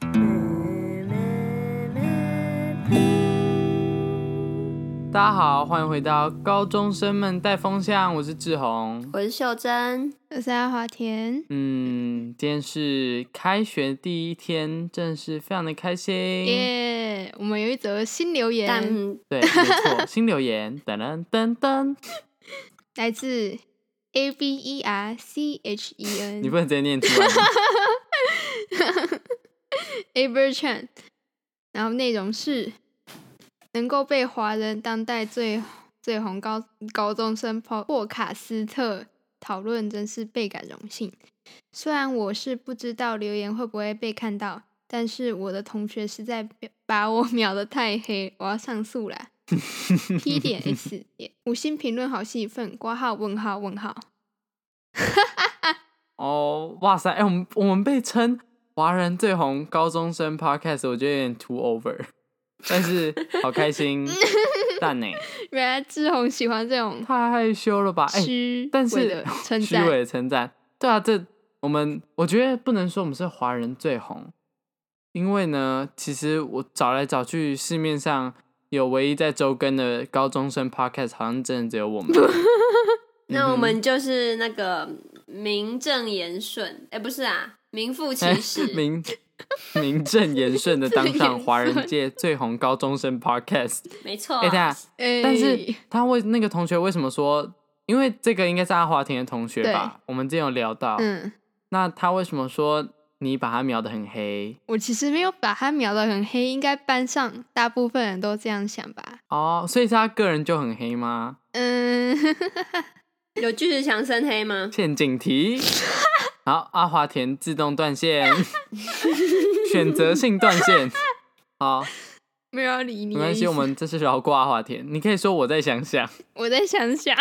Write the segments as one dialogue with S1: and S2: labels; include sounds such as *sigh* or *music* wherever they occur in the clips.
S1: 嗯
S2: 大家好，欢迎回到高中生们带风向，我是志宏。
S1: 我是秀珍，
S3: 我是阿华田，
S2: 嗯，今天是开学第一天，真的是非常的开心。
S3: 耶、我们有一则新留
S1: 但
S3: 言，
S2: 对，没错，新留言，噔噔噔噔，
S3: 来自 A B E R C H E
S2: 你
S3: N
S2: 不能直接念出来吗。 *laughs*
S3: Aber Chan，然后内容是能够被华人当代最最红高高中生破霍卡斯特讨论，真是倍感荣幸。虽然我是不知道留言会不会被看到，但是我的同学实在把我 *laughs* 秒得太黑，我要上诉
S2: *laughs*
S3: 啦。P 点 S 点五星评论好戏份，挂号问号问号，
S2: 哦，哇塞，哎、我们我们被称华人最红高中生 podcast，我觉得有点 too over，但是好开心，但呢、
S3: 原来志宏喜欢这种
S2: 太害羞了吧？哎、
S3: 虚
S2: 但
S3: 伪
S2: 是哦
S3: 的称
S2: 虚
S3: 赞
S2: 伪，的称赞，对啊，这我们我觉得不能说我们是华人最红，因为呢，其实我找来找去，市面上有唯一在周更的高中生 podcast，好像真的只有我们。
S1: 那我们就是那个名正言顺，哎、不是啊，名副其
S2: 哎
S1: 实。
S2: *laughs* 名名正言顺的当上华
S3: 名
S2: 人
S3: 正言顺
S2: 界最红高中生
S3: *laughs*
S2: podcast。
S1: 没错、啊
S2: 哎、等一下，
S3: 哎
S2: 但是他为那个同学为什么说？因为这个应该是阿华田的同学吧？我们之前有聊到，
S3: 嗯，
S2: 那他为什么说你把他描得很黑？
S3: 我其实没有把他描得很黑，应该班上大部分人都这样想吧。
S2: 哦，所以是他个人就很黑吗？
S3: 嗯， *laughs*
S1: 有巨石强森黑吗？
S2: 陷阱
S3: *laughs*
S2: 题。好，阿华田自动断线，选择性断线。好，
S3: 没有要理
S2: 没
S3: 你的
S2: 关
S3: 意
S2: 系，
S3: 思。
S2: 我们这次聊过阿华田，你可以说我再想想。 *laughs*
S3: 我再想
S1: *laughs*
S3: 想，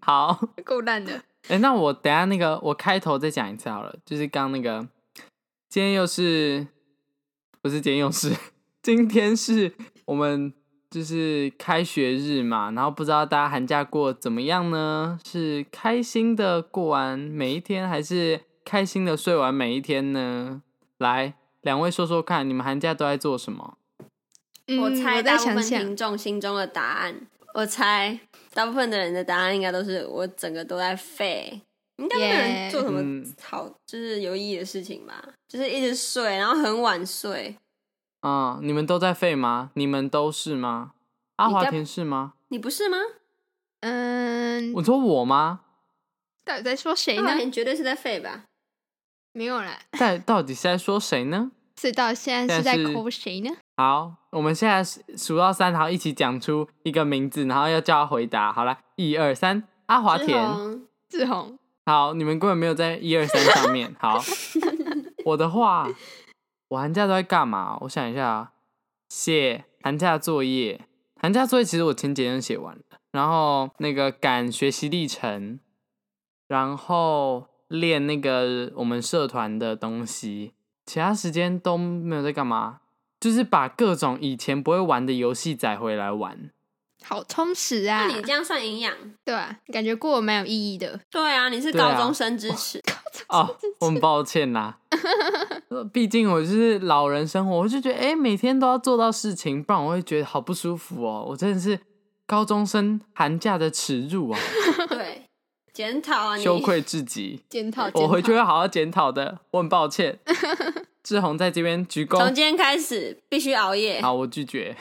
S2: 好，
S3: 够烂的。
S2: 哎、那我等一下那个我开头再讲一次好了，就是刚那个，今天又是不是今天又是 *laughs* 今天是我们就是开学日嘛，然后不知道大家寒假过得怎么样呢？是开心的过完每一天，还是开心的睡完每一天呢？来，两位说说看，你们寒假都在做什么？
S3: 嗯、
S1: 我猜
S3: 再
S1: 大部
S3: 想
S1: 分
S3: 想。
S1: 听众心中的答案，我猜大部分的人的答案应该都是我整个都在废，应该没有人
S3: Yeah
S1: 做什么
S2: 嗯
S1: 好就是有意义的事情吧，就是一直睡，然后很晚睡。
S2: 啊、你们都在废吗？你们都是吗？阿
S1: 你
S2: 华
S1: 该
S2: 田是吗？
S1: 你不是吗？
S3: 嗯，
S2: 我说我吗？
S3: 到底在说谁
S1: 你
S3: 呢
S1: 那？天绝对是在废吧？
S3: 没有啦，
S2: 在到底是在说谁呢？
S3: 所以到底现在是
S2: 现在
S3: 在
S2: 是
S3: 抠谁呢？
S2: 好，我们现在数数到三，然后一起讲出一个名字，然后要叫他回答。好来，一二三，阿华
S1: 志
S2: 田。
S1: 宏
S3: 志宏，
S2: 好，你们根本没有在一二三上面。好，我的话，我寒假都在干嘛？我想一下啊，写寒假作业。寒假作业其实我前几天就写完了，然后那个赶学习历程，然后练那个我们社团的东西，其他时间都没有在干嘛，就是把各种以前不会玩的游戏载回来玩。
S3: 好充实
S1: 那
S3: 啊，
S1: 你这样算营养？
S3: 对啊，感觉过得蛮有意
S1: *laughs*
S3: 义的。
S1: 对啊，你是
S2: 对啊
S1: 高中生支持，
S2: 哦，我很抱歉啦，呃毕竟我就是老人生活，我就觉得哎、诶每天都要做到事情，不然我会觉得好不舒服哦。我真的是高中生寒假的耻辱啊，
S1: 对，检讨啊你，
S2: 羞愧至极。
S3: 检讨，
S2: 我回去
S3: 检
S2: 会好好检讨的，我很抱歉。志宏在这边鞠
S1: 从
S2: 躬，
S1: 今天开始必须熬夜。
S2: 哦好，我拒绝，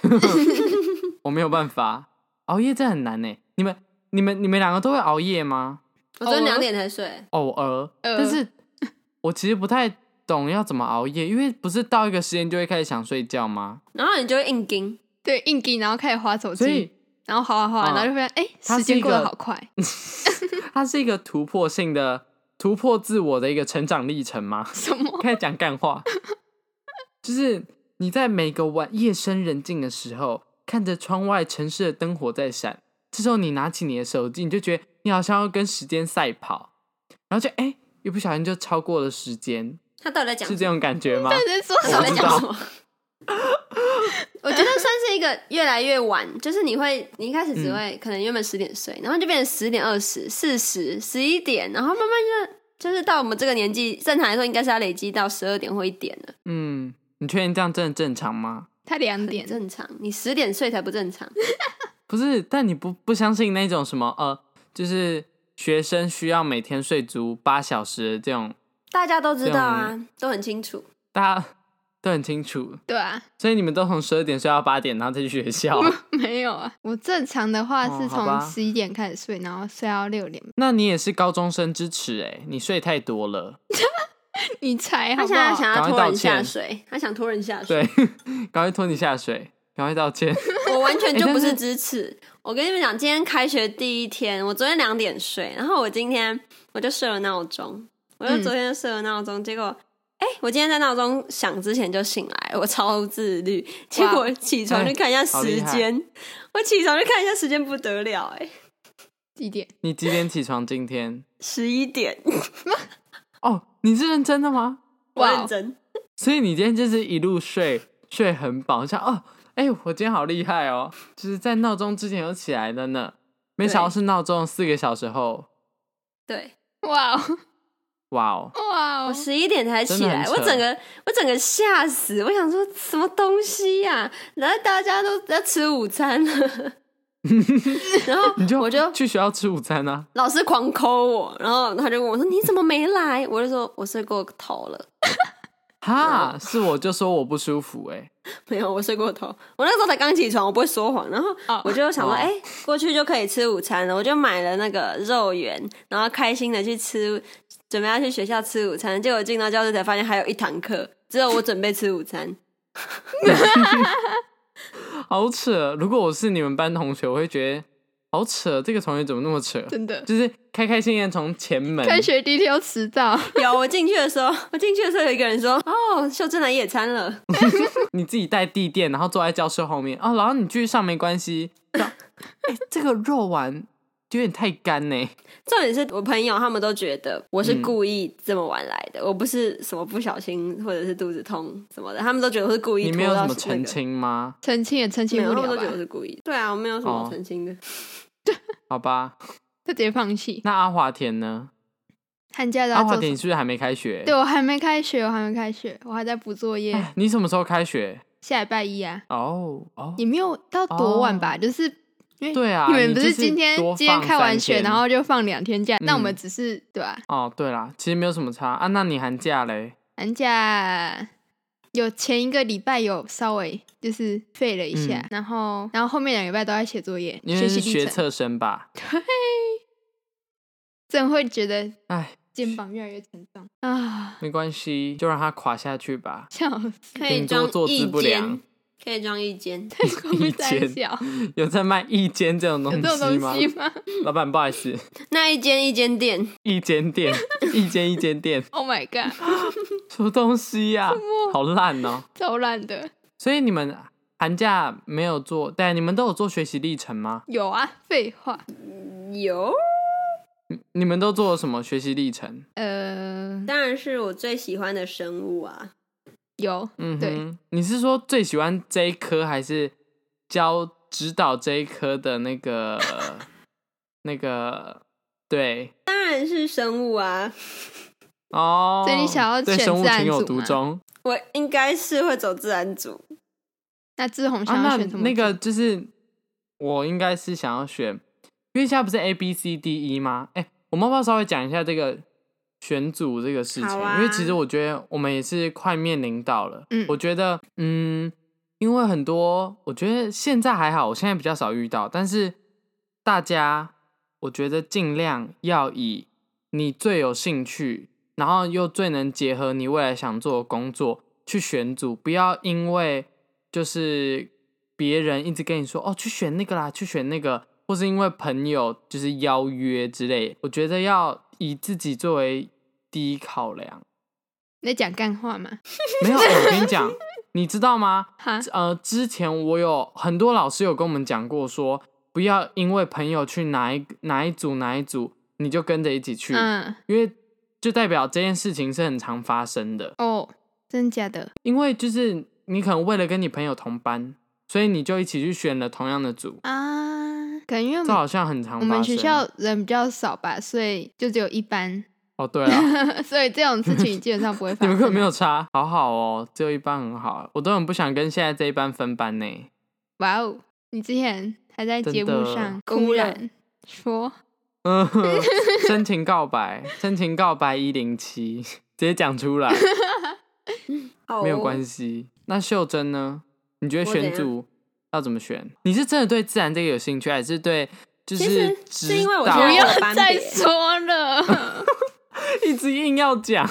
S2: 我没有办法，熬夜真的很难呢。你们、你们、你们两个都会熬夜吗？
S1: 我昨
S3: 偶
S1: 天
S3: 尔
S1: 两点才睡，
S2: 偶尔，但
S3: 呃
S2: 是我其实不太懂要怎么熬夜，因为不是到一个时间就会开始想睡觉吗？
S1: 然后你就会硬盯。
S3: 讨对硬给，然后开始划手
S2: 所
S3: 机
S2: 以，
S3: 然后划啊划啊，
S2: 啊
S3: 然后就发现哎，
S2: 它
S3: 时
S2: 是一
S3: 间过得
S2: 个
S3: 好快。？
S2: *laughs* 它是一个突破性的、突破自我的一个成长历程吗
S3: 什么？
S2: 开始讲干话，就是你在每个晚夜深人静的时候，看着窗外城市的灯火在闪，这时候你拿起你的手机，你就觉得你好像要跟时间赛跑，然后就哎、一不小心就超过了时间，
S1: 他到底在讲
S2: 是这种感觉吗？
S3: 到底在说
S2: 我
S3: 什
S1: 到
S2: 不
S1: 底在
S3: 么？
S2: 知
S1: 讲
S2: 道
S1: 什么？ *laughs* 我觉得算是一个越来越晚，就是你会，你一开始只会、可能原本十点睡，然后就变成十点二十、四十、十一点，然后慢慢就就是到我们这个年纪，正常来说应该是要累积到十二点或一点的。
S2: 嗯，你确定这样真的正常吗？
S3: 他两
S1: 很
S3: 点，
S1: 正常。你十点睡才不正常，
S2: 不是，但你不不相信那种什么呃，就是学生需要每天睡足八小时的这种，
S1: 大家都知道啊，都很清楚。
S2: 大家都很清楚，
S3: 对啊，
S2: 所以你们都从十二点睡到八点，然后再去学校。
S3: *laughs* 没有啊。我正常的话
S2: 哦
S3: 是
S2: 好
S3: 从
S2: 吧
S3: 十一点开始睡，然后睡到六点。
S2: *laughs* 那你也是高中生之耻哎、你睡太多了。
S3: 你猜
S1: 他
S3: 好不
S1: 现在
S3: 好？
S1: 想要
S2: 赶快
S1: 拖人
S2: 道
S1: 下
S2: 歉
S1: 水，他想拖人下水。
S2: 对， *laughs* 赶快拖你下水，赶快道歉。
S1: *laughs*
S2: *laughs*
S1: 我完全就
S2: 欸
S1: 不是
S2: 但
S1: 支持。我跟你们讲，今天开学第一天，我昨天两点睡，然后我今天我就设了闹钟，我就
S3: 嗯
S1: 昨天就设了闹钟，结果哎、我今天在闹钟响之前就醒来，我超自律。结果起床去看一下
S2: 哎好厉
S1: 时
S2: 害
S1: 间，我起床去看一下时间不得了、哎，
S3: 几点？
S2: 你几点起床？今天？
S1: 十一点，
S2: 哦，你是认真的吗？
S1: 我
S3: 哇
S1: 认真。
S2: 所以你今天就是一路睡睡很饱，像哦，哎、我今天好厉害哦，就是在闹钟之前就起来的呢。没想到是闹钟四个小时后，
S1: 对
S3: 哇哦
S2: 哇哦！
S3: 哇
S1: 我
S3: 哦！
S1: 十一点才
S2: 真
S1: 起
S2: 的很
S1: 来，我
S2: 扯
S1: 整个我整个吓死，我想说什么东西呀、然后大家都在吃午餐 *laughs* 了，然后
S2: *laughs* 你就
S1: 我就
S2: 去学校吃午餐啊？
S1: 老师狂抠我，然后他就问我说：“你怎么没来？”我就说：“我睡过头了， *laughs*
S2: 哈，是我就说我不舒服哎、
S1: 没有，我睡过头。我那时候才刚起床，我不会说谎。然后
S3: 哦
S1: 我就想说，
S2: 哦
S1: 哎、过去就可以吃午餐了，我就买了那个肉圆，然后开心的去吃，准备要去学校吃午餐。结果进到教室才发现还有一堂课，只有我准备吃午餐。
S2: 好扯！如果我是你们班同学，我会觉得好扯，这个同学怎么那么扯？
S3: 真的，
S2: 就是开开心心地从前门
S3: 开学第一天又迟到，
S1: *laughs* 有，我进去的时候，我进去的时候有一个人说：“哦，秀珍来野餐了。
S2: 你自己带地垫，然后坐在教室后面哦，然后你继续上没关系。这样哎、这个肉丸有点太干呢、”
S1: 重点是我朋友他们都觉得我是
S2: 嗯
S1: 故意这么晚来的，我不是什么不小心或者是肚子痛什么的，他们都觉得我是故意
S2: 你
S1: 拖
S2: 没有
S1: 到那
S2: 什么
S1: 个。
S2: 澄清吗？
S3: 澄清也澄
S1: 没
S3: 清
S1: 有，
S3: 不
S1: 他们
S3: 了
S1: 都觉得我
S3: 吧？
S1: 是故意。对啊，我没有什么
S2: 哦
S1: 好澄清的。
S2: 好吧，
S3: 他直接放弃。
S2: 那阿华田呢？
S3: 寒假都
S2: 阿
S3: 要
S2: 华
S3: 啊做什
S2: 田
S3: 么
S2: 你？是不是还没开学？
S3: 对我还没开学，我还没开学，我还在补作业
S2: 哎，。你什么时候开学？
S3: 下礼拜一啊，
S2: 哦哦，
S3: 也没有到多晚吧，就是因为
S2: 对啊，
S3: 你们不
S2: 就是
S3: 今天
S2: 多
S3: 今天
S2: 放
S3: 开完
S2: 三
S3: 学，
S2: 天
S3: 然后就放两天假，那我们
S2: 嗯
S3: 只是对吧、
S2: 哦，对啦，其实没有什么差啊。那你寒假嘞？
S3: 寒假有前一个礼拜有稍微就是废了一下，
S2: 嗯
S3: 然后然后后面两个礼拜都在写作业，
S2: 因为
S3: 习
S2: 是
S3: 历
S2: 学
S3: 程，
S2: 测生吧？
S3: 真会觉得
S2: 哎，
S3: 肩膀越来越沉重啊，
S2: 没关系，就让它垮下去吧。
S3: 笑死，
S1: 可以
S2: 顶多
S1: 装
S2: 坐姿
S1: 一
S2: 不良
S1: 间，，可以装一间。
S3: 空三
S2: *laughs*
S3: 笑，
S2: 有在卖一间这种东
S3: 有这种
S2: 西
S3: 东
S2: 吗？
S3: 西吗 *laughs*
S2: 老板，不好意思，
S1: 那一间一间店，
S2: 一间店，一间一间店，
S3: ？Oh my god，
S2: 什么东西呀、好烂哦、
S3: 超烂的，
S2: 所以你们寒假没有做，但你们都有做学习历程吗？
S3: 有啊，废话，
S1: 有，
S2: 你们都做了什么学习历程？
S3: 呃，
S1: 当然是我最喜欢的生物啊。
S3: 有，
S2: 嗯
S3: 对，
S2: 哼，你是说最喜欢这一科，还是教指导这一科的那
S3: *laughs*
S2: 个那个？对
S1: 当然是生物啊，
S2: 哦，
S3: 所以你想要
S2: 对
S3: 选
S2: 生物
S3: 自然
S2: 情有
S3: 组
S2: 独
S3: 吗
S2: 钟
S1: 我应该是会走自然组。
S3: 那志宏
S2: 啊？
S3: 想
S2: 那
S3: 要选什么？
S2: 那个就是我应该是想要选，因为现在不是 A B C D E 吗？哎、我们要不要稍微讲一下这个选组这个事情？
S1: 好啊
S2: 因为其实我觉得我们也是快面临到了。
S3: 嗯
S2: 我觉得嗯，因为很多我觉得现在还好，我现在比较少遇到，但是大家我觉得尽量要以你最有兴趣，然后又最能结合你未来想做的工作去选组，不要因为就是别人一直跟你说哦去选那个啦，去选那个，或是因为朋友就是邀约之类，我觉得要以自己作为第一考量。
S3: 你在讲干话吗？
S2: 没有，哎我跟你讲，你知道吗？
S3: 哈，
S2: 呃，之前我有很多老师有跟我们讲过说不要因为朋友去哪一哪一组哪一组，你就跟着一起去，
S3: 嗯，
S2: 因为就代表这件事情是很常发生的。
S3: 哦，真假的？
S2: 因为就是你可能为了跟你朋友同班，所以你就一起去选了同样的组，
S3: 啊，可能因为
S1: 嗯
S2: 这好像很常
S3: 我
S2: 发生。
S3: 们学校人比较少吧，所以就只有一班
S2: 哦，对了，
S3: *laughs* 所以这种事情基本上不会
S2: *laughs*
S3: 发
S2: 你
S3: 生。
S2: 们根本没
S1: *laughs*
S2: 有差，好好哦，只有一班很好，我都很不想跟现在这一班分
S1: *laughs*
S2: 班呢。
S3: 哇哦！你之前还在节
S2: 真
S3: 目
S2: 的
S3: 上
S1: 哭
S3: 公
S1: 了
S3: 然说
S2: 嗯，深情告白，深情告白一零七，直接讲出来
S1: 好哦
S2: 没有
S1: 系。
S2: 关系。那秀珍呢？你觉得
S1: 我
S2: 选
S1: 怎
S2: 组要怎么选？你是真的对自然这个有兴趣，还是对就
S1: 其实
S2: 是
S1: 是
S2: 指
S1: 因为我
S2: 导
S1: 现
S3: 不
S1: 在
S3: 要
S1: 我
S2: *laughs*
S1: 的班
S3: 再
S1: 别
S3: 说了。
S2: 一直硬要讲？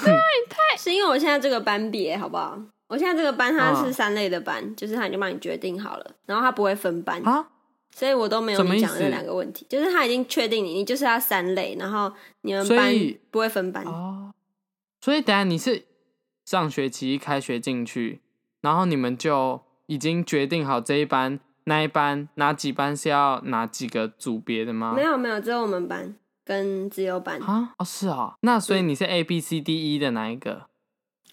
S1: 是因为我现在这个班别好不好？我现在这个班它是
S2: 嗯
S1: 三类的班，就是它已经帮你决定好了，然后它不会分班，
S2: 啊，
S1: 所以我都没有
S2: 什么
S1: 你
S2: 意
S1: 讲的那
S2: 思
S1: 两个问题，就是它已经确定你，你就是要三类，然后你们
S2: 所
S1: 班
S2: 以
S1: 不会分班，
S2: 哦，所以等一下你是上学期一开学进去，然后你们就已经决定好这一班、那一班、哪几班是要哪几个组别的吗
S1: 没？有没有，只有我们班跟自由班，
S2: 啊，哦是哦，那所以
S1: 嗯
S2: 你是 A B C D E 的哪一个？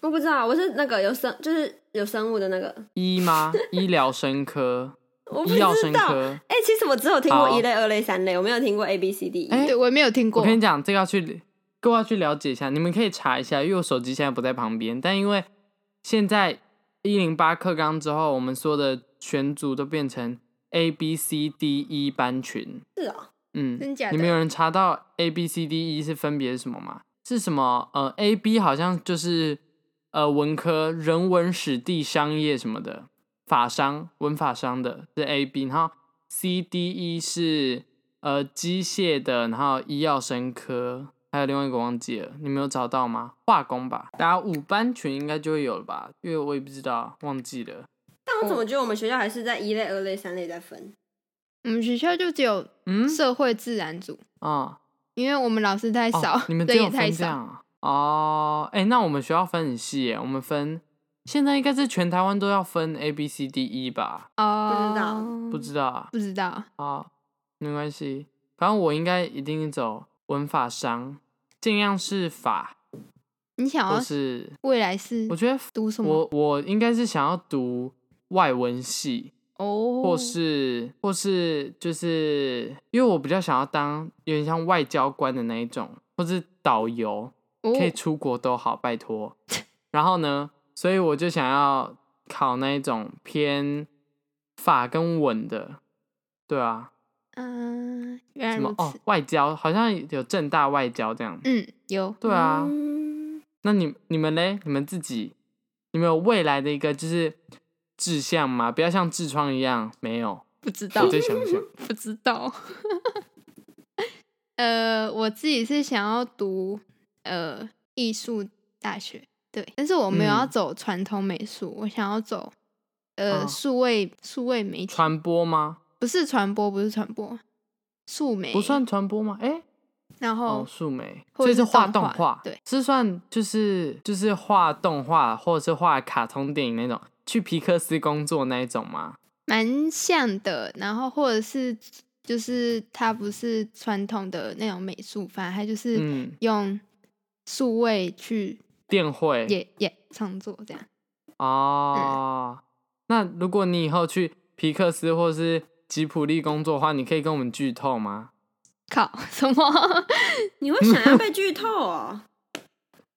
S1: 我不知道，我是那个有生就是有生物的那个，
S2: 医
S1: *laughs*
S2: 吗？医疗生科，
S1: 我不
S2: 医药生
S1: 知道。
S2: 科。
S1: 哎、其实我只有听过
S2: 好
S1: 一类、二类、三类，我没有听过 A、B、C、D、E。
S2: 哎
S3: 对，我也没有听
S2: 我
S3: 过。
S2: 跟你讲，这个要去，各位要去了解一下，你们可以查一下，因为我手机现在不在旁边，但因为现在一零八课纲之后，我们说的选组都变成 A B C D E 班群，
S1: 是哦，
S2: 嗯，
S3: 真假的
S2: 你们有人查到 A B C D E 是分别是什么吗？是什么？呃，A B 好像就是呃文科、人文、史地、商业什么的，法商、文法商的是 A B，然后 C D E 是呃机械的，然后医药生科，还有另外一个忘记了，你没有找到吗？化工吧，大家五班群应该就会有了吧？因为我也不知道，忘记了。
S1: 但我怎
S2: 哦
S1: 么觉得我们学校还是在一类、二类、三类在分？
S3: 我们学校就只有
S2: 嗯
S3: 社会自然组，
S2: 啊、
S3: 因为我们老师太少，
S2: 哦、你们只
S3: 人
S2: 有
S3: 也
S2: 分
S3: 太
S2: 这
S3: 少。
S2: 样啊哦，哎、那我们学校分很细耶，我们分现在应该是全台湾都要分 A B C D E 吧？
S3: 哦，
S2: 不知道啊，
S3: 不知道，
S2: 啊，没关系，反正我应该一定走文法商，尽量是法，
S3: 你想
S2: 或
S3: 要
S2: 是
S3: 未来是
S2: 我觉得
S3: 读啊嗯什么？
S2: 我我应该是想要读外文系，
S3: 哦，
S2: 或是或是就是因为我比较想要当有点像外交官的那一种，或是导游，
S3: 哦
S2: 可以出国都好，拜托。然后呢，所以我就想要考那一种偏法跟文的，对啊，
S3: 嗯，原来
S2: 什
S3: 如
S2: 么哦
S3: 此。
S2: 外交，好像有正大外交这样。
S3: 嗯，有
S2: 对啊，
S1: 嗯
S2: 那你你们嘞？你们自己，你们有未来的一个就是志向吗？不要像痔疮一样没有。
S3: 不知道
S2: 我？再想想，
S3: 不知道。 *laughs* 呃，我自己是想要读呃艺术大学，对，但是我没有要
S2: 嗯
S3: 走传统美术，我想要走呃
S2: 嗯
S3: 数、位数位媒体，
S2: 传播吗？
S3: 不是传播，不是传播，数媒
S2: 不算，传播吗？哎、
S3: 然后
S2: 哦，树莓，所
S3: 或者
S2: 以是
S3: 是
S2: 画
S3: 动
S2: 动
S3: 画
S2: 画，
S3: 对，
S2: 是算就是就是画动画或者是画卡通电影那种，去皮克斯工作那一种吗？
S3: 蛮像的，然后或者是就是它不是传统的那种美术，反正它就是
S2: 嗯
S3: 用数位去
S2: 电绘
S3: 也嗯也创作这样。
S2: 哦，那如果你以后去皮克斯或是吉普力工作的话，你可以跟我们剧透吗？
S3: 靠什么？
S1: 你
S2: *laughs*
S1: 会想要被剧透哦？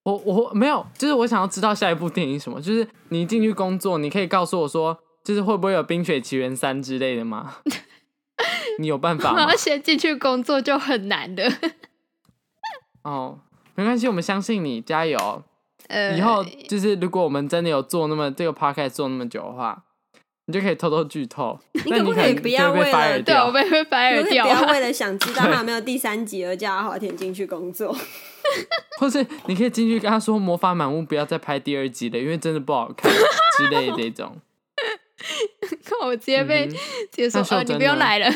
S2: 我我没有，就是我想要知道下一部电影是什么，就是你进去工作，你可以告诉我说，就是会不会有《冰雪奇缘三》之类的吗？ *laughs* 你有办法
S3: 我
S2: 吗
S3: *laughs* 要？先进去工作就很难的。 *laughs*
S2: 哦，没关系，我们相信你，加油！哦
S3: 呃，
S2: 以后就是如果我们真的有做那么这个 podcast 做那么久的话，你就可以偷偷剧透。
S1: 你
S2: 那
S1: 可不
S2: 你
S1: 可以不
S2: 能就
S1: 要
S2: 会被
S1: 为了
S2: fire
S3: 对
S2: 掉
S3: 我被会白
S1: 你
S3: 耳
S1: 可以
S3: 掉
S1: 不要
S3: 啊， *laughs*
S1: 为了想知道他有没有第三集而叫阿华田进去工作。
S2: 或是你可以进去跟他说《魔法满屋》不要再拍第二集了，因为真的不好看之类的
S1: *laughs*
S2: 这种。
S3: 看我直接被
S2: 嗯哼
S3: 直接说
S2: 那秀
S3: 呃，你
S2: 珍
S3: 不用
S2: 呢
S3: 来了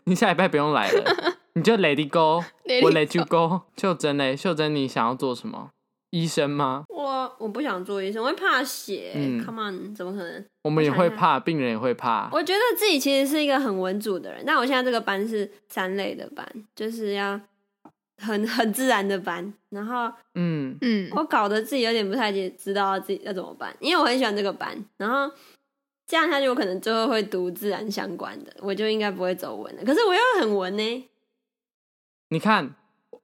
S3: *laughs*
S2: 你下礼拜不用来了，你就 Let it go，
S3: Let
S2: 我
S3: it
S2: Let you go。秀珍嘞，秀珍你想要做什么？医生吗？
S1: *laughs* 我我不想做医生，我会怕血。
S2: 嗯
S1: Come on，怎么可能？
S2: 我们也
S1: 我想
S2: 会
S1: 一下
S2: 怕，病人也会怕。
S1: 我觉得自己其实是一个很稳主的人，但我现在这个班是三类的班，就是要很很自然的班。然后
S2: 嗯，
S3: 嗯，
S1: 我搞得自己有点不太知道自己要怎么办，因为我很喜欢这个班。然后这样下去，我可能最后会读自然相关的，我就应该不会走文了。可是我又很文呢、
S2: 你看，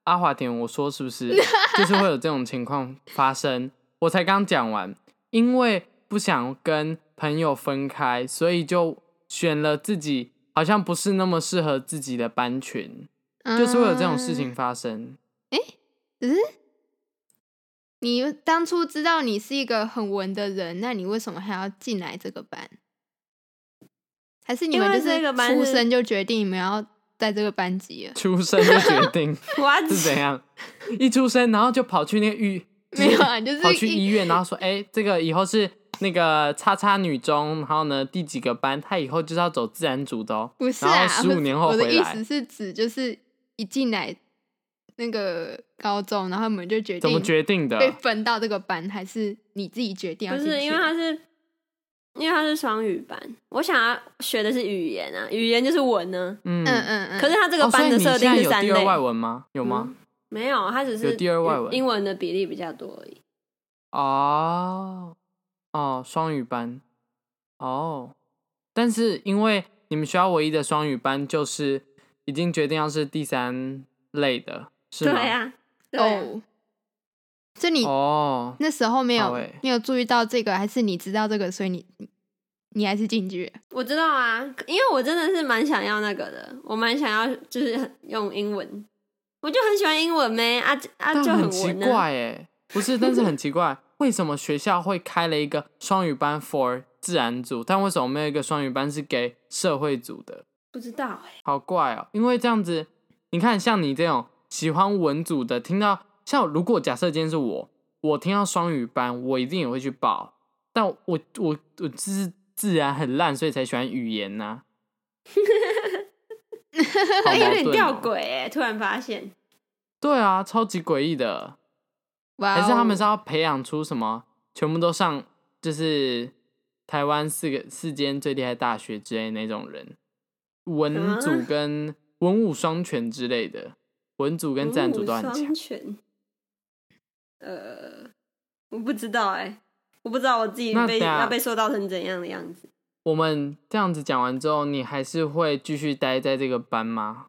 S2: 阿华田，我说是不是？就是会有这种情况发生。我才刚讲完，因为不想跟朋友分开，所以就选了自己好像不是那么适合自己的班群，*laughs*
S3: 嗯
S2: 就是会有这种事情发生。
S3: 只是你当初知道你是一个很文的人，那你为什么还要进来这个班？还是你们
S1: 因为
S3: 就是
S1: 这个班
S3: 出
S1: 是
S3: 生就决定你们要在这个班级
S2: *laughs*
S3: 了？
S2: 出生就决
S3: *laughs*
S2: 定
S1: 哇，
S2: 是怎样，一出生然后就跑去那个浴，
S3: 没有啊，就是
S2: 跑去
S3: 一
S2: 医院，然后说：“哎、这个以后是那个叉叉女中，然后呢第几个班，她以后就是要走自然组的哦。
S3: 不是
S2: 然
S3: 啊，
S2: 后十
S3: 我
S2: 五年后
S3: 我的
S2: 回
S3: 意
S2: 来
S3: 思，是指就是一进来那个高中，然后你们就决
S2: 怎么
S3: 定
S2: 决定的？
S3: 被分到这个班，还是你自己决定要
S1: 不
S3: 进去？嗯
S1: 是因为他是，因为他是双语班，我想要学的是语言啊，语言就是文呢、
S2: 嗯
S3: 嗯嗯嗯，
S1: 可是他这个
S2: 哦所以
S1: 班的
S2: 你
S1: 设定
S2: 现在
S1: 是
S2: 有
S1: 三
S2: 第二
S1: 类，嗯
S2: 外文吗？有吗？
S1: 没有，他只
S2: 有
S1: 是
S2: 第二外文
S1: 英文的比例比较多而已。
S2: 哦哦，双语班哦，但是因为你们学校唯一的双语班就是已经决定要是第三类的，是
S1: 对
S2: 吗？
S1: 啊，对啊
S3: 哦，这你
S2: 哦，
S3: 那时候没有、
S2: 好欸
S3: 没有注意到这个，还是你知道这个，所以你你还是进去了？
S1: 我知道啊，因为我真的是蛮想要那个的，我蛮想要就是很用英文，我就很喜欢英文呗啊啊
S2: 但
S1: 就
S2: 很奇
S1: 文
S2: 怪
S1: 啊，
S2: 哎，不是，但是很奇怪，为什么学校会开了一个双语班 for 自然组，但为什么没有一个双语班是给社会组的？
S1: 不知道哎、
S2: 好怪哦，因为这样子，你看像你这种喜欢文组的，听到像如果假设今天是我，我听到双语班，我一定也会去报，但我我我我自自然很烂，所以才喜欢语
S1: *laughs*
S2: 言呐、好
S1: 哎
S2: 矛
S1: 有点
S2: 盾
S1: 吊
S2: 哦
S1: 诡哎、突然发现，
S2: 对啊，超级诡异的。
S3: 哇、
S2: 还是他们是
S3: 哦
S2: 要培养出什么？全部都上就是台湾四个四间最厉害大学之类那种人，文组
S1: 啊
S2: 跟文武双全之类的，文组跟自然组都很
S1: 文武
S2: 强
S1: 双。全。呃，我不知道哎、我不知道我自己
S2: 那啊
S1: 被
S2: 等下
S1: 要被塑造成怎样的样子。
S2: 我们这样子讲完之后，你还是会继续待在这个班吗？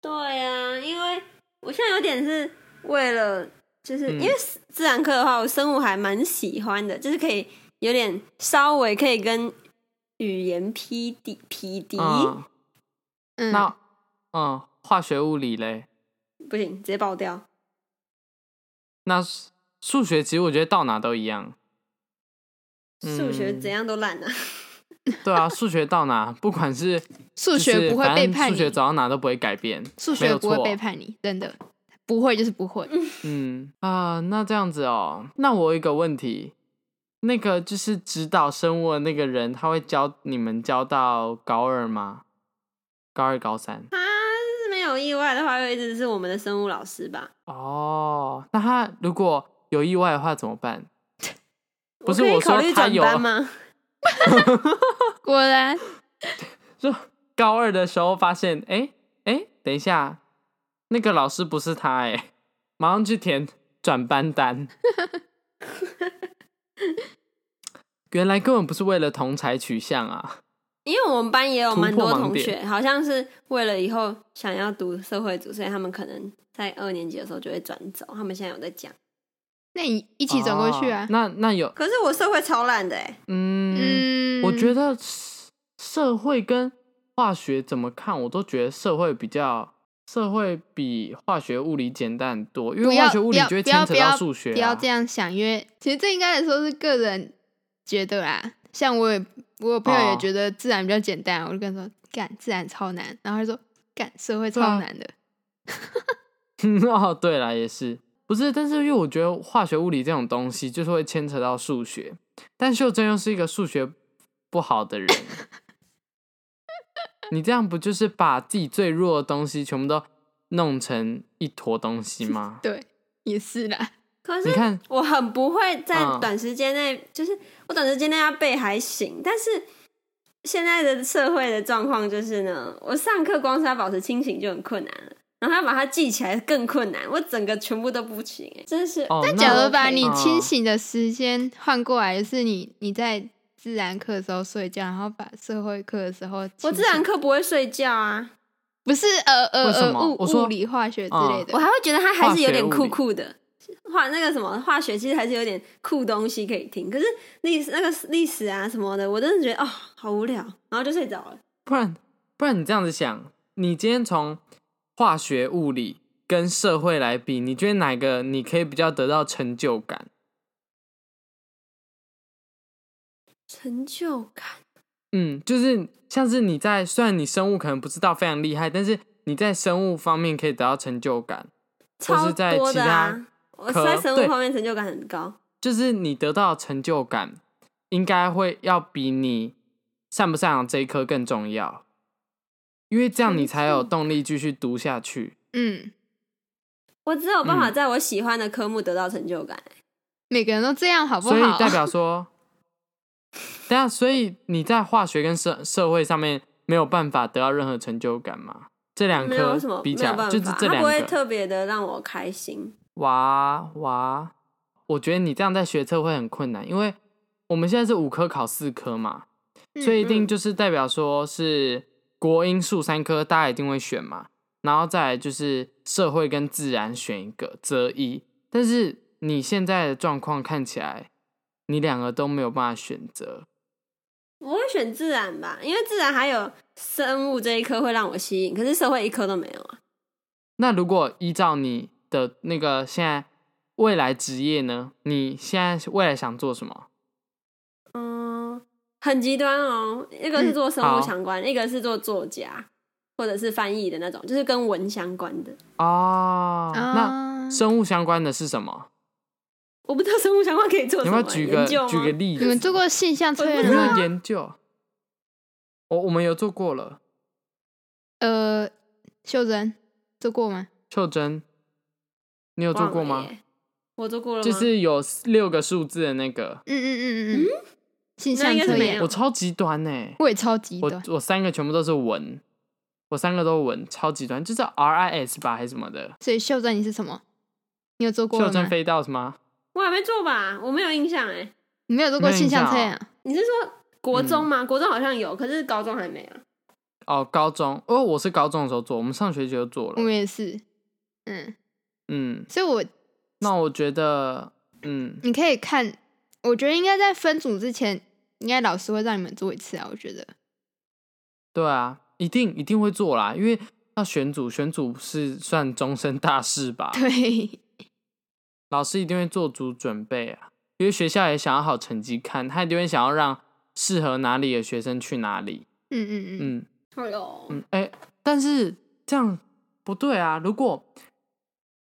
S1: 对啊，因为我现在有点是为了，就是、
S2: 嗯
S1: 因为自然课的话，我生物还蛮喜欢的，就是可以有点稍微可以跟语言匹敌匹敌，
S2: 嗯，
S3: 嗯
S2: 那嗯，化学物理嘞，
S1: 不行，直接爆掉。
S2: 那数数学其实我觉得到哪都一样。
S1: 数学
S2: 嗯
S1: 怎样都烂啊！ *laughs*
S2: 对啊，数学到哪，不管是
S3: 数学不会背叛
S2: 数学
S3: 你，
S2: 走到哪都不会改变，
S3: 数
S2: 没
S3: 学
S2: 有
S3: 不会
S2: 错啊
S3: 背叛你，真的不会就是不会。
S2: 嗯啊、那这样子哦，那我有一个问题，那个就是指导生物的那个人，他会教你们教到高二吗？高二、高三？
S1: 他是没有意外的话，会一直是我们的生物老师吧？
S2: 哦，那他如果有意外的话怎么办？不是
S1: 可以
S2: 我
S1: 考
S2: 说
S1: 虑
S2: 他
S1: 转
S2: 有
S1: 班吗？
S3: 果然，
S2: 就 *laughs* 高二的时候发现，哎、哎、等一下，那个老师不是他哎、马上去填转班
S3: *laughs*
S2: 单。原来根本不是为了同才取向啊！
S1: 因为我们班也有
S2: 突破
S1: 蛮多
S2: 盲
S1: 同学，
S2: 点
S1: 好像是为了以后想要读社会组，所以他们可能在二年级的时候就会转走。他们现在有在讲，
S3: 那你一起转过去啊
S2: 哦？那那有，
S1: 可是我社会超烂的哎、
S2: 嗯，
S3: 嗯，
S2: 我觉得社社会跟化学怎么看，我都觉得社会比较，社会比化学物理简单很多，因
S3: 不
S2: 为
S3: 要
S2: 化学物理
S3: 不要
S2: 就会
S3: 不
S2: 牵
S3: 要
S2: 扯到
S3: 不要
S2: 数学、啊
S3: 不要这样想，因为其实这应该来说是个人觉得啦。像我也，我有朋友
S2: 哦
S3: 也觉得自然比较简单，啊我就跟他说干自然超难，然后他就说干社会
S2: 对啊
S3: 超难的。
S2: *laughs* 哦，对啦，也是，不是？但是因为我觉得化学、物理这种东西就是会牵扯到数学，但秀珍又是一个数学不好的人，你这样不就是把自己最弱的东西全部都弄成一坨东西吗？
S3: *laughs* 对，也是啦。
S1: 可
S2: 你
S1: 是
S2: 看，
S1: 我很不会在
S2: 嗯
S1: 短时间内，就是我短时间内要背还行，但是现在的社会的状况就是呢，我上课光是要保持清醒就很困难了。然后要把它记起来更困难，我整个全部都不行、哎，真是。
S2: 哦，那
S3: 假如把
S1: OK
S3: 你
S2: 嗯
S3: 清醒的时间换过来，就是你你在自然课的时候睡觉，然后把社会课的时候清醒，
S1: 我自然课不会睡觉啊，
S3: 不是呃呃
S2: 为什
S3: 呃
S2: 么
S3: 物
S2: 我说嗯
S3: 物理化学之类的。
S1: 我还会觉得它还是有点
S2: 化学物
S1: 酷
S2: 理
S1: 酷的。化那个什么化学，其实还是有点酷东西可以听。可是历史那个历史啊什么的，我真的觉得哦好无聊，然后就睡着了。
S2: 不然不然你这样子想，你今天从化学、物理跟社会来比，你觉得哪个你可以比较得到成就感？
S1: 成就感，
S2: 嗯，就是像是你在虽然你生物可能不知道非常厉害，但是你在生物方面可以得到成就感，或
S1: 超
S2: 是在
S1: 多
S2: 其
S1: 的啊
S2: 他，！
S1: 我
S2: 科
S1: 在生
S2: 对
S1: 物方面成就感很高。
S2: 就是你得到的成就感应该会要比你擅不擅长这一科更重要，因为这样你才有
S1: 成就
S2: 动力继续读下去。
S3: 嗯，
S1: 我只有办法
S2: 嗯
S1: 在我喜欢的科目得到成就感。
S3: 每个人都这样好不啊
S2: 所以
S1: *laughs*
S2: 代
S3: 好？
S2: 表说，对啊，所以你在化学跟社社会上面没有办法得到任何成就感嘛？这两
S1: 没有
S2: 科
S1: 什么
S2: 比
S1: 没
S2: 起
S1: 有
S2: 来，
S1: 办
S2: 就是
S1: 法，
S2: 这
S1: 它
S2: 两
S1: 不会
S2: 个。
S1: 特别的让我开心。
S2: 哇哇，我觉得你这样在学测会很困难，因为我们现在是五科考四科嘛，所以一定
S1: 嗯
S2: 就是代表说是国英数三科，大家一定会选嘛，然后再来就是社会跟自然选一个择一，但是你现在的状况看起来，你两个都没有办法选择，
S1: 我会选自然吧，因为自然还有生物这一科会让我吸引，可是社会一科都没有啊。
S2: 那如果依照你的那个现在未来职业呢？你现在未来想做什么？
S1: 嗯，很极端哦，一个是做生
S2: 嗯好
S1: 物相关，一个是做作家或者是翻译的那种，就是跟文相关的。
S2: 哦，那
S3: 啊，
S2: 生物相关的是什么？
S1: 我不知道生物相关可以做
S2: 你
S1: 什么、
S2: 要不要举
S1: 研
S2: 个
S1: 究吗
S2: 举个例子？
S3: 你们做过性向测
S2: 有
S3: 验
S2: 没
S3: 吗
S2: 有？研究？我我们有做过了，
S3: 呃，秀珍做过吗？
S2: 秀珍，你有做过
S1: 忘
S2: 吗
S1: 了？耶我做过了吗，
S2: 就是有六个数字的那个，
S3: 嗯嗯嗯嗯嗯，性
S1: 那
S3: 向
S1: 应该是
S3: 测
S1: 没
S3: 验，
S1: 有
S2: 我超极端呢、欸
S3: 我也超级
S2: 我
S3: 的，
S2: 我三个全部都是文，我三个都文，超极端，就是 R I S 吧还是什么的。
S3: 所以秀珍你是什么？你有做过
S2: 秀
S3: 了
S2: 珍
S3: 吗？
S2: 飞到什么？
S1: 我还没做吧，我没有印象哎。
S3: 你没有做过
S2: 没有
S3: 性向
S2: 印象
S3: 测验啊？
S1: 你是说
S2: 嗯
S1: 国中吗？国中好像有，可是高中还没啊有。
S2: 哦，高中哦，我是高中的时候做，我们上学期就做
S3: 我
S2: 了。
S3: 们也是，嗯，
S2: 嗯，
S3: 所以我
S2: 那我觉得，嗯，
S3: 你可以看，我觉得应该在分组之前，应该老师会让你们做一次啊。我觉得，
S2: 对啊，一定一定会做啦，因为要选组，选组是算终身大事吧。
S3: 对， *laughs*
S2: 老师一定会做足准备啊，因为学校也想要好成绩看，他一定会想要让适合哪里的学生去哪里。
S3: 嗯嗯嗯，
S2: 嗯
S1: 哎呦，
S2: 嗯，哎、但是这样不对啊！如果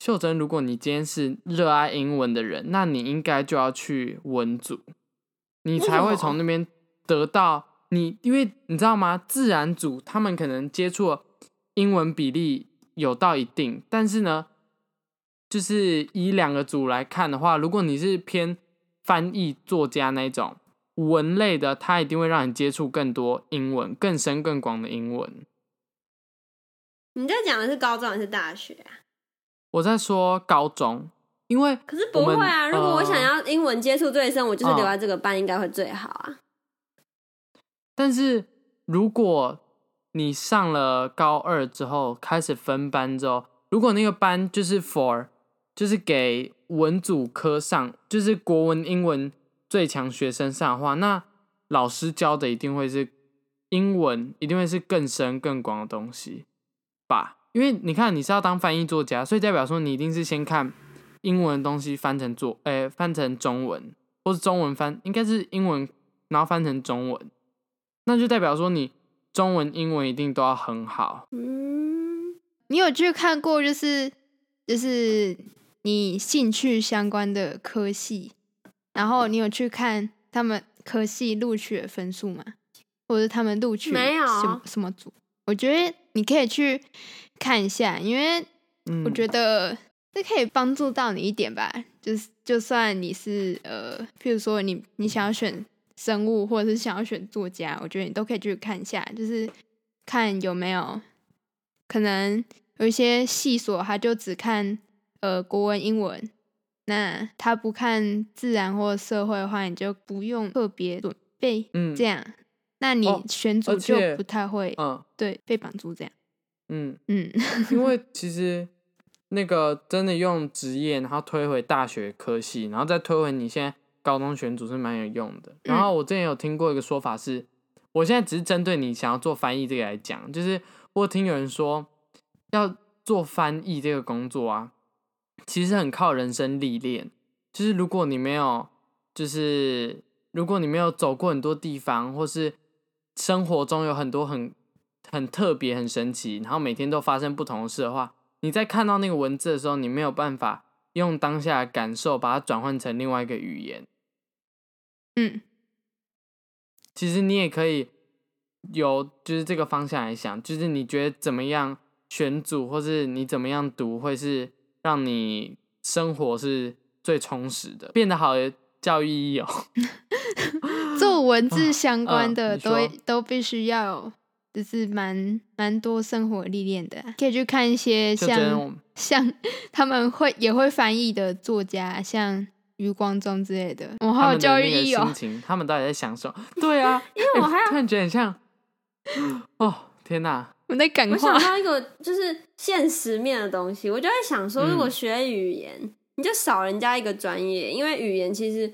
S2: 秀珍，如果你今天是热爱英文的人，那你应该就要去文组，你才
S1: 为
S2: 会
S1: 什么
S2: 从那边得到你，因为你知道吗？自然组他们可能接触的英文比例有到一定，但是呢，就是以两个组来看的话，如果你是偏翻译作家那一种文类的，它一定会让你接触更多英文，更深更广的英文。
S1: 你在讲的是高中还是大学啊？
S2: 我在说高中，因为
S1: 可是不
S2: 我
S1: 会
S2: 们
S1: 啊！如果我
S2: 呃
S1: 想要英文接触最深，我就是
S2: 嗯
S1: 留在这个班，应该会最好啊。
S2: 但是如果你上了高二之后开始分班之后，如果那个班就是 for 就是给文组科上，就是国文、英文最强学生上的话，那老师教的一定会是英文，一定会是更深更广的东西吧？因为你看你是要当翻译作家，所以代表说你一定是先看英文的东西翻成作，诶、翻成中文，或是中文翻，应该是英文，然后翻成中文。那就代表说你中文、英文一定都要很好。
S1: 嗯，
S3: 你有去看过就是就是你兴趣相关的科系，然后你有去看他们科系录取的分数吗？或者他们录取
S1: 没有
S3: 什么什么组？我觉得你可以去看一下，因为
S2: 嗯，
S3: 我觉
S2: 得
S3: 得这可以帮助到你一点吧。就是就算你是呃，譬如说你你想要选生物，或者是想要选作家，我觉得你都可以去看一下，就是看有没有可能有一些系所他就只看呃国文、英文。那他不看自然或社会的话，你就不用特别准备
S2: 嗯
S3: 这样。那你
S2: 哦
S3: 选组
S2: 而
S3: 就
S2: 且
S3: 不太会、
S2: 嗯，
S3: 对被绑住这样。
S2: 嗯，
S3: 嗯， *laughs*
S2: 因为其实那个真的用职业，然后推回大学科系，然后再推回你现在高中选组是蛮有用的。然后我之前有听过一个说法是，我现在只是针对你想要做翻译这个来讲，就是我听有人说要做翻译这个工作啊，其实很靠人生历练，就是如果你没有，就是如果你没有走过很多地方，或是生活中有很多很很特别、很神奇，然后每天都发生不同的事的话，你在看到那个文字的时候，你没有办法用当下的感受把它转换成另外一个语言。
S3: 嗯，
S2: 其实你也可以有就是这个方向来想，就是你觉得怎么样选组，或是你怎么样读，会是让你生活是最充实的，变得好的教育意义哦。 *laughs*
S3: 做文字相关
S2: 嗯
S3: 的
S2: 你
S3: 都、
S2: 说
S3: 都必须要有，就是蛮蛮多生活历练的啊、可以去看一些
S2: 就真我
S3: 像 *laughs* 像他们会也会翻译的作家，像余光中之类的，我
S2: 他
S3: 好有
S2: 们的
S3: 教育
S2: 那个
S3: 意义
S2: 心
S3: 哦。
S2: 情，他们到底在想什么？对
S1: *laughs*
S2: 啊，因为
S1: 我还要
S2: 突然觉得很像，哦天哪，
S3: *laughs* 我在感
S1: 我
S3: 化
S2: 嗯
S1: 想，到一个就是现实面的东西，我就在想说，
S2: 嗯
S1: 如果学语言，你就少人家一个专业，因为语言其实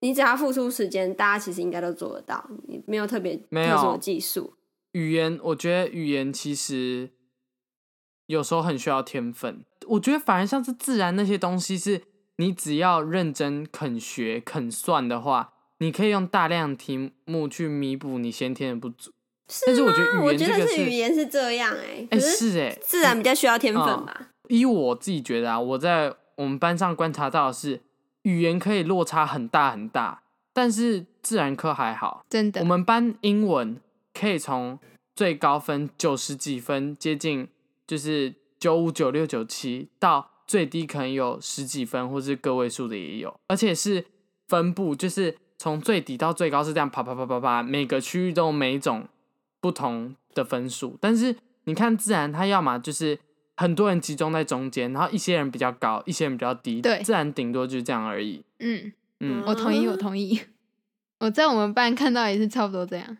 S1: 你只要付出时间，大家其实应该都做得到，你没有特别
S2: 没有
S1: 特殊的技术。
S2: 语言，我觉得语言其实有时候很需要天分。我觉得反而像是自然那些东西，是你只要认真肯学、肯算的话，你可以用大量题目去弥补你先天的不足。但是我觉得
S1: 啊
S2: 语
S1: 我
S2: 言
S1: 觉
S2: 这
S1: 得
S2: 个
S1: 是语
S2: 是，
S1: 言是这样哎、
S2: 哎、
S1: 可
S2: 是嗯哎、
S1: 自然比较需要天分吧。
S2: 依我自己觉得啊，我在我们班上观察到的是，语言可以落差很大很大，但是自然科还好。
S3: 真
S2: 我
S3: 的，
S2: 们班英文可以从最高分九十几分，接近就是九五、九六、九七，到最低可能有十几分或是个位数的也有，而且是分布，就是从最底到最高是这样啪啪啪啪啪，每个区域都有每种不同的分数。但是你看自然，它要么就是很多人集中在中间，然后一些人比较高，一些人比较低，
S3: 对
S2: 自然顶多就是这样而已。
S3: 嗯，
S2: 嗯，
S3: 我同意，
S1: 啊
S3: 我同意。我在我们班看到也是差不多这样，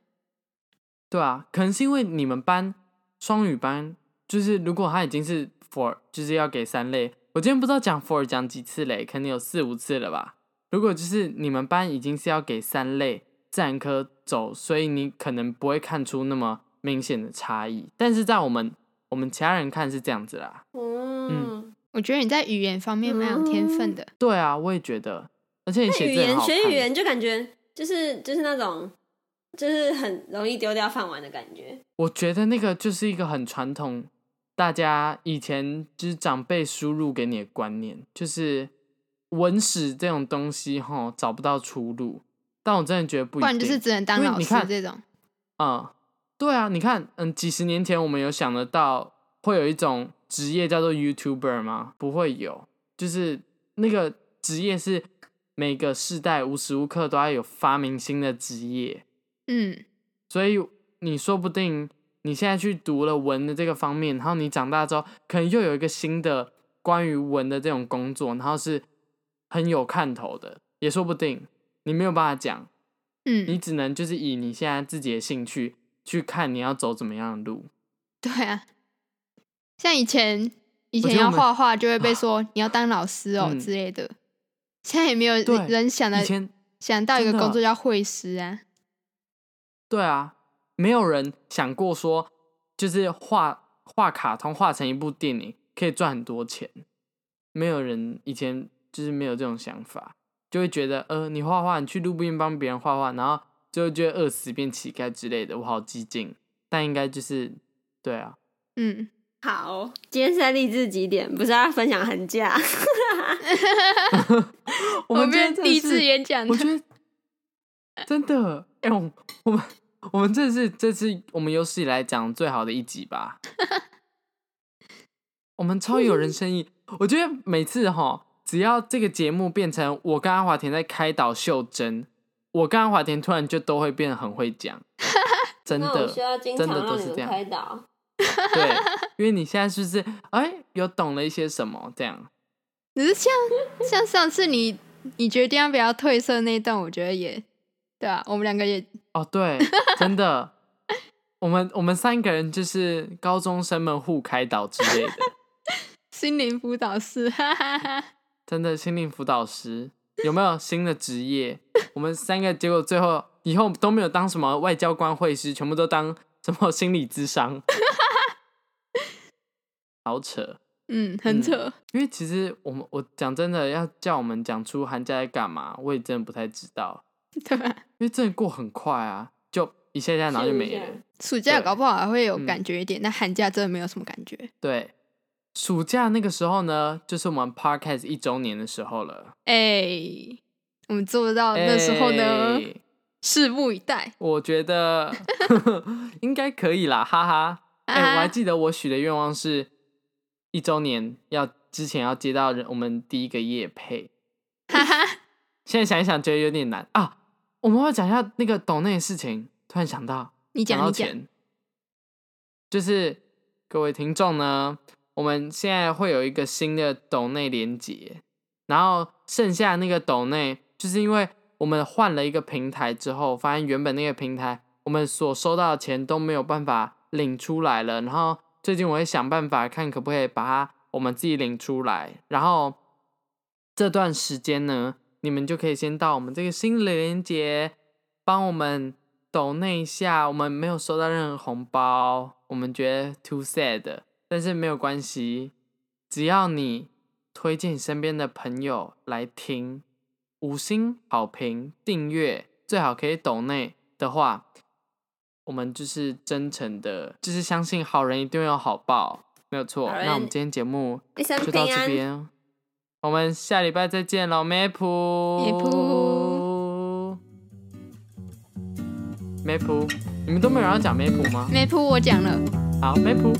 S2: 对啊，可能是因为你们班双语班，就是如果他已经是 for，就是要给三类。我今天不知道讲 for 讲几次嘞，肯定有四五次了吧。如果就是你们班已经是要给三类自然科走，所以你可能不会看出那么明显的差异。但是在我们我们其他人看是这样子啦。
S1: 嗯，
S3: 我觉得你在语言方面蛮有天分的，
S2: 对啊，我也觉得，而且你
S1: 那
S2: 写
S1: 语
S2: 字很
S1: 言
S2: 好看。
S1: 学语言就感觉就是就是那种就是很容易丢掉饭碗的感觉。
S2: 我觉得那个就是一个很传统，大家以前就是长辈输入给你的观念，就是文史这种东西哈找不到出路。但我真的觉得不一定，
S3: 不然就是只能当
S2: 因为
S3: 老
S2: 你
S3: 师
S2: 看
S3: 这种。
S2: 嗯，对啊，你看，嗯，几十年前我们有想得到会有一种职业叫做 YouTuber 吗？不会有，就是那个职业是每个世代无时无刻都要有发明新的职业。
S3: 嗯，
S2: 所以你说不定你现在去读了文的这个方面，然后你长大之后，可能又有一个新的关于文的这种工作，然后是很有看头的，也说不定。你没有办法讲，
S3: 嗯，
S2: 你只能就是以你现在自己的兴趣去看你要走怎么样的路。
S3: 对啊，像以前以
S2: 我
S3: 前
S2: 觉得
S3: 要
S2: 我们啊
S3: 画画就会被说你要当老师哦、
S2: 嗯
S3: 之类的，现在也没有
S2: 对
S3: 人想
S2: 以
S3: 的
S2: 前
S3: 想到一个
S2: 真的
S3: 工作叫会师啊，
S2: 对啊，没有人想过说，就是画画卡通画成一部电影可以赚很多钱，没有人以前就是没有这种想法，就会觉得呃，你画画，你去路边帮别人画画，然后最后就会饿死变乞丐之类的，我好激进。但应该就是对啊，
S3: 嗯，
S1: 好，今天是在励志几点？不是要分享寒假。
S2: 我
S3: 我
S2: 们今
S3: 们
S2: 天真的
S3: 励志
S2: 是
S3: 演讲
S1: *laughs*
S2: 我
S3: 的， *laughs*
S2: 觉得真的，哎、我我们我们这是这次我们有史以来讲最好的一集吧。
S1: *laughs*
S2: 我们超有人生意，我觉得每次哈，只要这个节目变成我跟阿华田在开导袖珍，我跟阿华田突然就都会变得很会
S1: *laughs*
S2: 讲，真
S1: 那我
S2: 的
S1: 需要经
S2: 真
S1: 常
S2: 的都
S1: 让你
S2: 是这
S1: 们
S2: 样，
S1: 开导。
S2: 对，
S1: *laughs*
S2: 因为你现在是不是哎有懂了一些什么这样？
S3: 只是像像上次你你决定要不要褪色那一段，我觉得也对啊，我们两个也
S2: 哦，对，真的，我们我们三个人就是高中生们互开导之类的，
S3: 心灵辅导师，哈哈哈。
S2: 真的心灵辅导师有没有新的职业？我们三个结果最后以后都没有当什么外交官会师，全部都当什么心理咨商，好扯。
S3: 嗯，很扯。
S2: 因为其实我们我讲真的，要叫我们讲出寒假在干嘛，我也真的不太知道，
S3: 对啊
S2: *laughs*
S3: 吧？
S2: 因为真的过很快啊，就一下下然后就没了。
S3: 暑假
S2: 对
S3: 搞不好还会有
S2: 嗯
S3: 感觉一点，但寒假真的没有什么感觉。
S2: 对，暑假那个时候呢，就是我们 podcast 一周年的时候了。
S3: 哎、我们做到那时候呢，
S2: 嗯哎
S3: 拭目以待。
S2: 我觉
S3: *laughs*
S2: 得 *laughs* 应该可以啦，哈哈。哎、
S3: 啊哈哈
S2: 我还记得我许的愿望是，一周年要之前要接到人我们第一个夜配。
S3: 哈啊哈，
S2: 现在想一想，觉得有点难啊。我们要讲一下那个抖内的事情，突然想到，
S3: 你讲
S2: 到
S3: 你讲，
S2: 钱，就是各位听众呢，我们现在会有一个新的抖内连接，然后剩下那个抖内，就是因为我们换了一个平台之后，发现原本那个平台我们所收到的钱都没有办法领出来了，然后最近我会想办法看可不可以把它我们自己领出来，然后这段时间呢，你们就可以先到我们这个新的连接帮我们抖那一下，我们没有收到任何红包，我们觉得 too sad，但是没有关系，只要你推荐你身边的朋友来听，五星好评、订阅，最好可以抖内的话，我们就是真诚的，就是相信好人一定会有好报，没有错。
S1: 好人
S2: 那我们今天节目
S1: 一生
S2: 就
S1: 平
S2: 到这
S1: 安，
S2: 边，我们下礼拜再见喽，梅普，
S3: 梅普，
S2: 梅普，你们都没有人要讲梅普吗？
S3: 梅普我讲了。
S2: 好，梅普。